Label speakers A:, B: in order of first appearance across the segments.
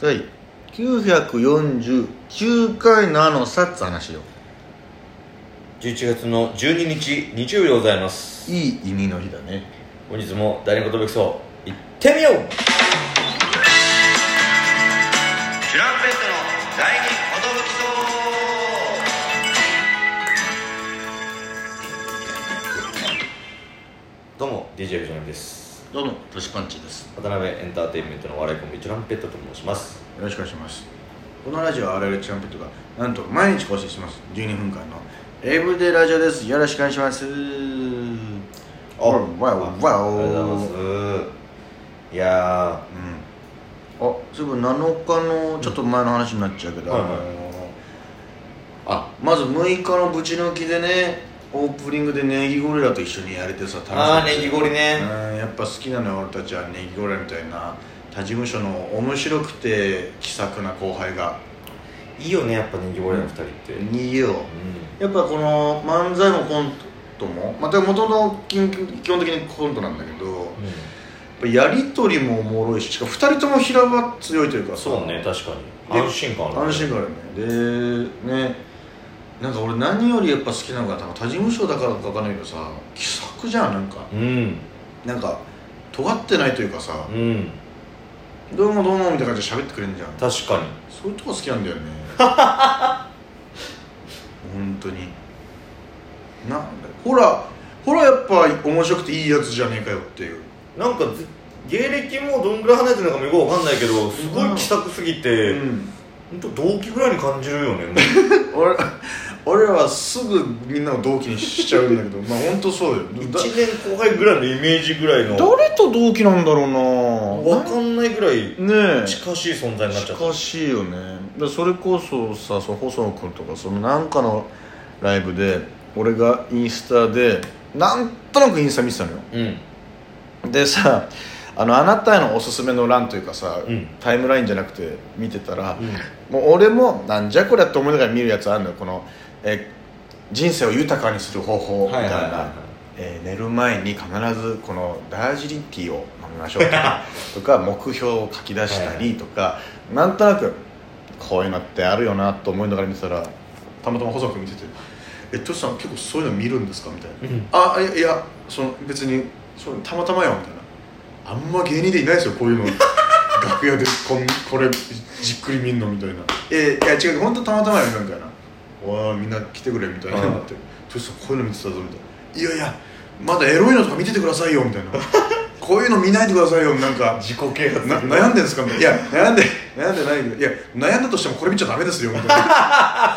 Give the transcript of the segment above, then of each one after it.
A: 第949回のあのさっつ話よ
B: 11月の12日日曜日でございます
A: いい意味の日だね
B: 本日も第二言べきそう行ってみようチュランペットの第二言べきそうどうも DJ 藤波です
A: どうもトシパンチです
B: 渡辺エンターテインメントの笑いコンビチュランペットと申します
A: よろしくお願いしますこのラジオは RL チャンピオンとかなんと毎日更新してます12分間のエブデラジオですよろしくお願いしますおわおわお
B: ありがとうございますいや
A: うんあそういえば7日のちょっと前の話になっちゃうけど、
B: はい
A: あ
B: はい
A: のあまず6日のぶち抜きでねオープニングでネギゴリラと一緒にやれてさ楽しか
B: あ
A: った
B: ーネギゴリね
A: うんやっぱ好きなのよ俺たちはネギゴリラみたいな他事務所の面白くて気さくな後輩が
B: ーいいよねやっぱ人気ボーイの2人ってうん
A: にいよやっぱこの漫才もコントもまた元々基本的にコントなんだけど、やっぱやり取りもおもろいししかも2人とも平場強いというかさ
B: そうね確かに
A: で
B: 安心感あるね
A: 安心感あるねでねなんか俺何よりやっぱ好きなのが多分他事務所だからかわかんないけどさ気さくじゃんなんか
B: うん
A: なんか尖ってないというかさ
B: うん
A: 「どうもどうも」みたいな感じで喋ってくれるじゃん
B: 確かに
A: そういうとこ好きなんだ よね本当になんだほらほらやっぱ面白くていいやつじゃねえかよっていう
B: なんかず芸歴もどんぐらい離れてるのかもよくわかんないけどすごい気さくすぎて、
A: うん
B: ほんと同期ぐらいに感じるよね
A: 俺俺らはすぐみんなを同期にしちゃうんだけどまあ本当そうよ
B: 1
A: だ
B: 年後輩ぐらいのイメージぐらいの
A: 誰と同期なんだろうな
B: わかんないぐらい
A: ねえ
B: 近しい存在になっちゃった
A: 近しいよねだそれこそさその細野君とかそのなんかのライブで俺がインスタでなんとなくインスタ見てたのよ
B: うん
A: でさあのあなたへのおすすめの欄というかさ、
B: うん
A: タイムラインじゃなくて見てたら、
B: う
A: もう俺もなんじゃこりゃって思いながら見るやつあるのよこのえ人生を豊かにする方法みたいな、
B: はいはいはいはい
A: えー寝る前に必ずこのダージリンティーを飲みましょうとかとか目標を書き出したりとか、なんとなくこういうのってあるよなと思いながら見てたらたまたま細く見てて「えトシさん結構そういうの見るんですか?」みたいな「
B: うん
A: あいやいやその別にそうたまたまよ」みたいな「あんま芸人でいないですよこういうの 楽屋でこんこれじっくり見んの」みたいな「えいや違う本当たまたまよ」みたいな「わあみんな来てくれ」みたいな
B: うん
A: なって「トシさんこういうの見てたぞ」みたいな「いやいやまだエロいのとか見ててくださいよ」みたい な「こういうの見ないでくださいよ」なんか
B: 自己啓発
A: な悩んでんですかみたいないや悩 んで悩んでないけどいや悩んだとしてもこれ見ちゃダメですよみたいな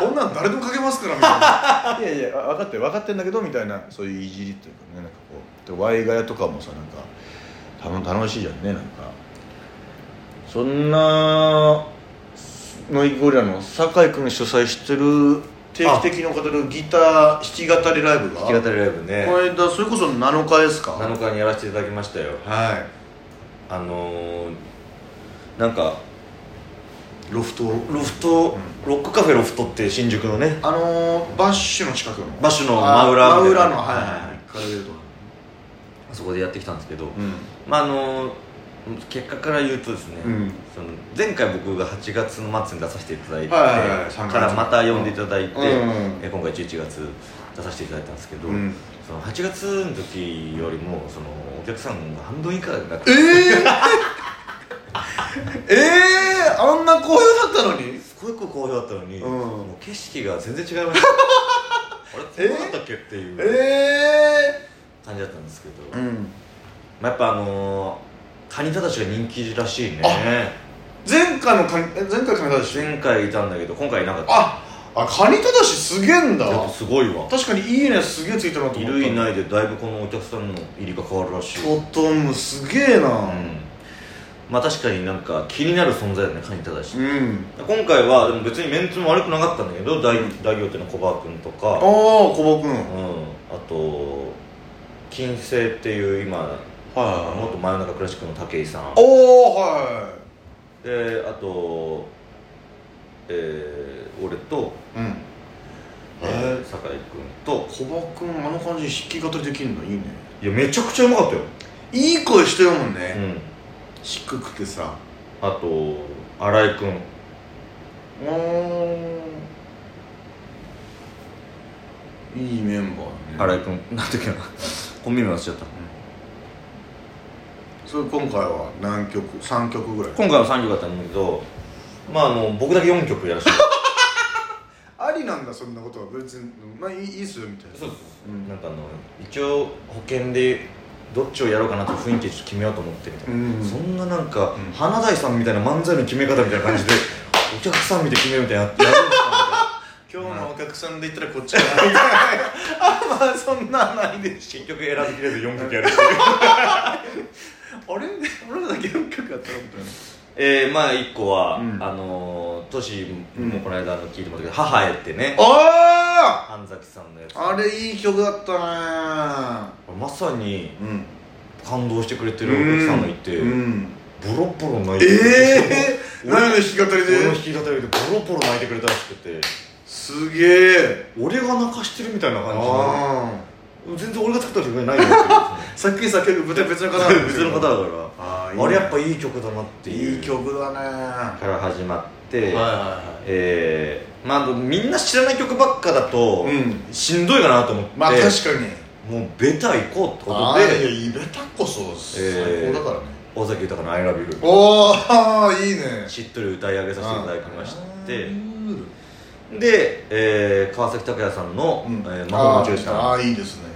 A: こんなん誰でも書けますからみたいないやいや分かってる分かってんだけどみたいなそういういじりというかねなんかこうでワイガヤとかもさなんかたの楽しいじゃんねなんかそんなノイゴリラの酒井君主催してる定期的に行ってるギター弾き語りライブが
B: 弾き語りライブね
A: これだそれこそ7日ですか
B: 7日にやらせていただきましたよ
A: は
B: あのー、なんか
A: いロフト
B: ロフト、ロックカフェロフトって新宿のね
A: あのー、バッシュの近くの
B: バッシュの真裏
A: あ真
B: みた
A: 裏
B: い
A: の
B: な
A: はいはい
B: は
A: はいいカルベルト
B: あそこでやってきたんですけど、
A: うん
B: まああのー結果から言うとですね、
A: うん
B: その前回僕が8月の末に出させていただいて、
A: はいはいはい参加
B: からまた呼んでいただいて、
A: うん
B: え今回11月出させていただいたんですけど、
A: うん
B: その8月の時よりもそのお客さんが半分以下になって
A: えええー、あんな好評だったのに
B: すごい好評だったのに、
A: うん
B: もう景色が全然違いました あれそうだったっけっていう
A: え
B: 感じだったんですけど、
A: えうん
B: まあ、やっぱあのー、カニタダシが人気らしいね
A: 前回のカニえ前回カニただし
B: 前回いたんだけど今回いなかった
A: ああカニただしすげえんだ
B: やっぱすごいわ
A: 確かにいいねすげえついてるなと
B: い
A: 思った
B: るいないでだいぶこのお客さんの入りが変わるらしい
A: ちょっともうすげえな
B: うんまあ確かになんか気になる存在だねカニタダシ、
A: ん
B: 今回はでも別にメンツも悪くなかったんだけど大大行店の小川君と
A: ああ
B: か、
A: 小くん
B: うん、あと金星っていう今
A: は
B: 元真夜中クラシックの武井さん
A: いおおは
B: であとえー、俺と
A: いうん
B: えー酒井君と
A: 小葉くんあの感じ弾き語りできるのいいね
B: いやめちゃくちゃうまかったよ
A: いい声してるもん
B: う
A: ね、
B: ん
A: 低くてさ
B: あと新井君
A: うんいいメンバーだ
B: 新
A: ね
B: 井君なんていうかなコンビ名忘れちゃった
A: それ今回は何曲3曲ぐらい
B: 今回は3曲だったんだけどまああの僕だけ4曲やらせて
A: ありなんだそんなことは別にまあいいいいっすよみたいな
B: そうそうなんかあの一応保険でどっちをやろうかなって雰囲気ちょっと決めようと思ってみたいな、
A: うん
B: そんななんか、
A: うん
B: 花大さんみたいな漫才の決め方みたいな感じでお客さん見て決めるみたいなやって やるんですか
A: 今日のお客さんで言ったらこっ ちかなみたいなあまあそんなんないでし
B: みたいな結局選びきれず4曲やるっていう
A: あれ俺らだけ4曲やったのみたいな
B: えー、まあ1個は、
A: うん
B: あのートシもこの間あの聞いてもらったけど「母へ」ってね
A: あ
B: 半崎さんのやつ
A: ああれいい曲だったね
B: まさに
A: うん
B: 感動してくれてるお客さんがいて、
A: うん
B: ボロボロ泣いてくれて
A: ええー、何の弾き語り
B: 俺の
A: で
B: 弾き語りでボロボロ泣いてくれたらしくて
A: すげえ
B: 俺が泣かしてるみたいな感
A: ああ
B: じで全然俺が作った曲じゃ ないよって
A: さっきさっき別別の方なんです
B: 別
A: けど
B: の方だか
A: あ
B: らあれやっ
A: ぱ
B: ぱいい曲だなっていう
A: いい曲だねは
B: から始まっ
A: い
B: て、
A: は
B: えーまあみんな知らない曲ばっかだと、
A: うん
B: しんどいかなと思って、
A: まあ確かに
B: もうベタ行こうってこと
A: あーいや
B: で
A: イベタこそ最
B: えー
A: 高だからね
B: 尾崎豊の「ILOVEYOU
A: おーいいね」
B: しっとり歌い上げさせていただきまして
A: うん
B: で、えー川崎拓也さんの「えー魔法の宇宙士さん」
A: あーあーいいですね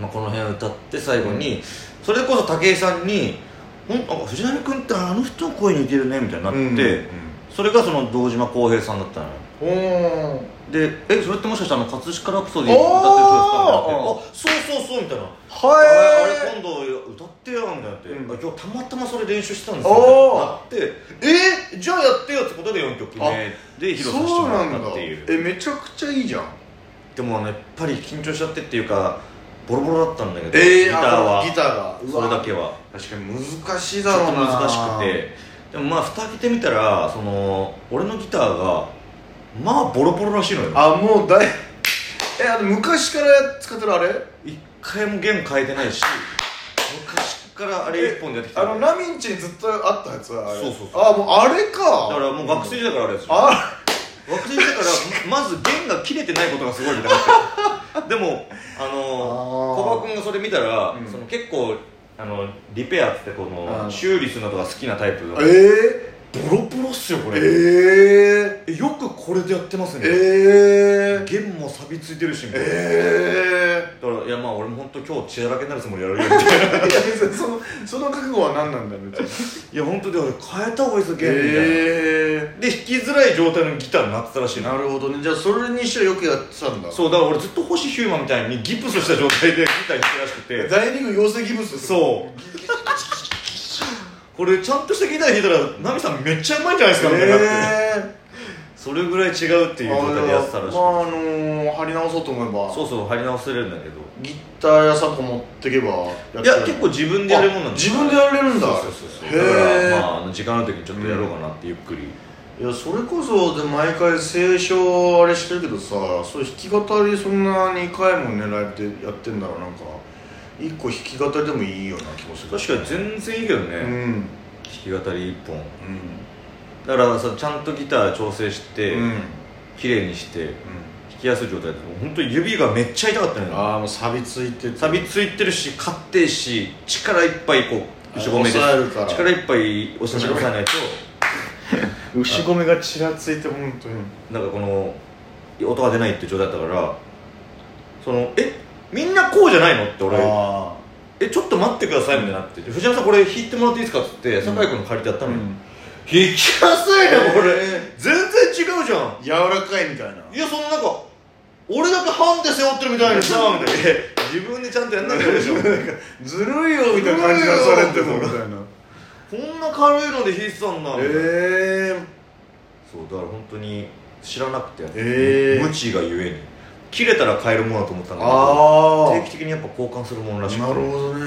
B: まあ、この辺を歌って最後に、それこそ武井さんに「ほんあ藤波君ってあの人の声に似てるね」みたいになって、それがその堂島康平さんだったのよ
A: うんうんおー
B: で「えそれってもしかしたらあの葛飾ラプソディ歌ってる人ですか?」
A: お
B: みたいな「あそうそうそう」みたいな「あれあ
A: は
B: れ今度歌ってよ」みたいになって、
A: うん
B: あ今日たまたまそれ練習してたんですよ」みたいになって「えじゃあやってよ」ってことで4曲目
A: あ
B: で披露
A: い
B: させて
A: そう
B: も
A: な
B: らっ
A: んだ
B: たっていう
A: えめちゃくちゃいいじゃん
B: でもあのやっぱり緊張しちゃってっていうかボロボロだったんだけど、ギター
A: あ
B: は
A: ギターがう
B: そ
A: わ
B: れだけは。
A: 確かに難しい
B: ちょ
A: だ
B: っ
A: ろ
B: と
A: うな
B: 難しくてでもまあ蓋開けてみたらその俺のギターがまあボロボロらしいのよ
A: あもうだいえあの昔から使ってるあれ
B: 一回も弦変えてないし昔からあれ一本でやってきた
A: あ
B: か
A: の
B: ら
A: ラミンチにずっとあったやつあれ
B: そうそうそう
A: あもうあれか
B: だからもう学生時代からあれですよ
A: あ
B: 学生時 代からままず弦が切れてないことがすごいみたいなでもあの
A: あー
B: 小バ君がそれ見たら、
A: うん
B: その結構あのリペアっつってこ
A: う
B: の
A: ん
B: 修理するのとか好きなタイプの
A: え
B: ボロボロっすよこ
A: ー、
B: れ、
A: えー、
B: えよくこれでやってます
A: え
B: ね、
A: ー、
B: 弦も錆びついてるしみたいな
A: え
B: だからいやまあ俺も本当今日血だらけになるつもりやるよみ たいな
A: ー、いや別にそのその覚悟は何なんだよ別に
B: いや本当で俺変えた方がいいですよゲームみたいな、
A: え
B: で弾きづらい状態のギターになってたらしい
A: ー、
B: な
A: なるほどねじゃあそれにしてはよくやってたんだ
B: そうだから俺ずっと星ヒューマンみたいにギプスした状態でギター弾いてたらしくて
A: 大リーグ養成ギブス
B: そうこれちゃんとしたギター弾いたらナミさんめっちゃうまいんじゃないですかみたいになって、
A: え
B: それぐらい違うって
A: ー、
B: いう状態でやってたらしい
A: まああのー、張り直そうと思えば
B: そうそう貼り直せれるんだけど
A: ギター屋さんとか持ってけば
B: いや結構自分でやるもんなんだ
A: 自分でやれるんだ
B: そうそうそうそうだ
A: へ
B: か
A: え、
B: らまああの時間ある時にちょっとやろうかなってゆっくり、
A: いやそれこそで毎回清書あれしてるけどさそう弾き語りそんな2回もねライブでやってんだろうなんか1個弾き語りでもいいような気もする
B: 確かに全然いいけどね、
A: う
B: 弾
A: ん
B: き語り1本だからさちゃんとギター調整して、
A: うんうん、うん、
B: 綺麗にして弾きやすい状態で本当に指がめっちゃ痛かったのよ
A: ああもう錆びついてて
B: 錆びついてるし硬いし力いっぱいこう後ろめで
A: 抑えるから
B: 力いっぱい押さ押さないと
A: 牛込がちらついて本当に
B: なんかこの音が出ないっていう状態だったからそのえみんなこうじゃないのって俺
A: あ
B: えちょっと待ってくださいみたいになって藤山さんこれ弾いてもらっていいですかっつって酒井君の借りてやった
A: あ
B: のに、弾きやすいねこれ
A: え
B: 全然違うじゃん
A: 柔らかいみたいない
B: やそのなんか俺だけハンデ背負ってるみたいにさみたいな 自分でちゃんとやんなきゃでしょこ
A: ずるいよみたいな感じがされてもみたいなん
B: な軽いので弾いてたんだ、
A: ええ
B: そうだから本当に知らなくて、
A: えー
B: 無知がゆえに切れたら買えるものだと思ってたんだけど
A: ああ
B: 定期的にやっぱ交換するものらしく
A: な
B: て
A: るほどね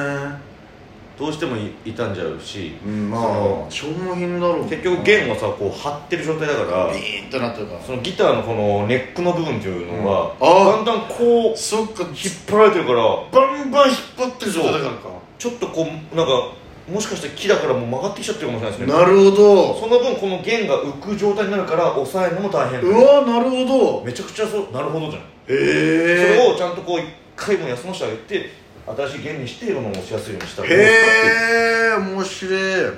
B: どうしてもい傷んじゃうし、
A: うんまあ
B: その
A: 消耗品だろう
B: 結局弦をさこう張ってる状態だから
A: ビーンってなってるから
B: そのギターのこのネックの部分っていうのが、
A: あ
B: だんだんこう
A: そっか
B: 引っ張られてるから
A: バンバン引っ張ってる状態だからか
B: ちょっとこうなんかもしかして木だからもう曲がってきちゃってるかもしれないですね
A: なるほど
B: その分この弦が浮く状態になるから抑えるのも大変
A: うわなるほど
B: めちゃくちゃそうなるほどじゃない、
A: え
B: そ
A: え
B: れをちゃんとこう一回も休ませてあげて新しい弦にしてこの押しやすいようにしたらどうですかって
A: へえ面白い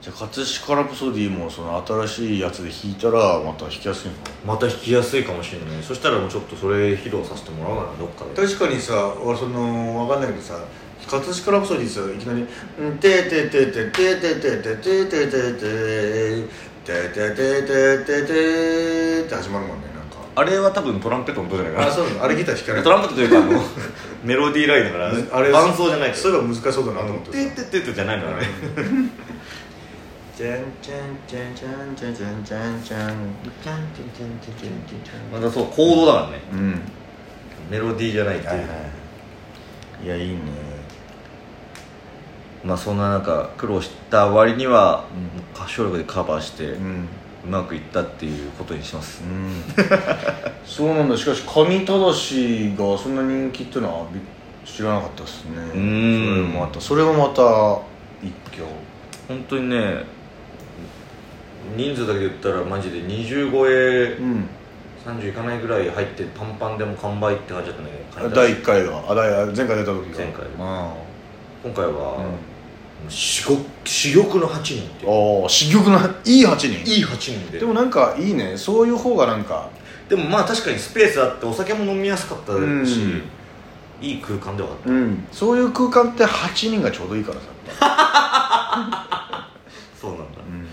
A: じゃあ葛飾ラプソディもその新しいやつで弾いたらまた弾きやすいのか
B: また弾きやすいかもしれないそしたらもうちょっとそれ披露させてもらおうかなどっかで
A: 確かにさ俺その分かんないけどさ葛飾ラプソディさいきなり「うんてててててててててててててててててて」って始まるもんねなんか
B: あれは多分トランペットの音じゃない
A: あそうなのあれギター弾かない
B: トランペットというかあのメロディーラインだから
A: あれ
B: 伴奏じゃない
A: そういえば難しそうだなと思って
B: てってってってじゃないのあれ
A: チャンチャンチャンチャンチャンチャンチャンチャンチャンチャンチャンチャンチャンチャ
B: ま
A: ン
B: たそう行動だからね
A: うん
B: メロディーじゃないっていう、
A: いやいいね
B: まあそんななんか苦労した割には、
A: う
B: 歌唱力でカバーして、
A: う
B: うんまくいったっていうことにします、
A: うんそうなんだしかし上忠がそんな人気ってのはび知らなかったですね
B: ん
A: それもまたそれもまた一挙
B: 本当にね人数だけで言ったらマジで20超え
A: うん
B: 30いかないぐらい入ってパンパンでもう完売って感じだったんだけど
A: 第1回があ第前回出た時が
B: 前回
A: あ
B: 今回は、
A: うん
B: 珠玉珠玉の8人っていう
A: ああ珠玉ないい8人
B: いい8人で
A: で
B: で
A: も
B: も
A: なんかいいねそういう方がなんか
B: まあ確かにスペースあってお酒も飲みやすかったし、
A: うん
B: いい空間ではあった
A: うんそういう空間って8人がちょうどいいからさやっぱ、
B: そうなんだ
A: うん、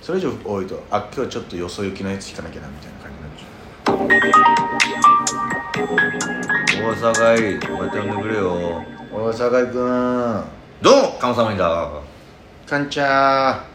A: それ以上多いとあ今日はちょっとよそ行きのやつ引かなきゃなみたいな感じになっちゃ
B: 大阪いお前呼んでくれよ
A: うおい酒井君
B: どうもカムサマニだ
A: かんちゃ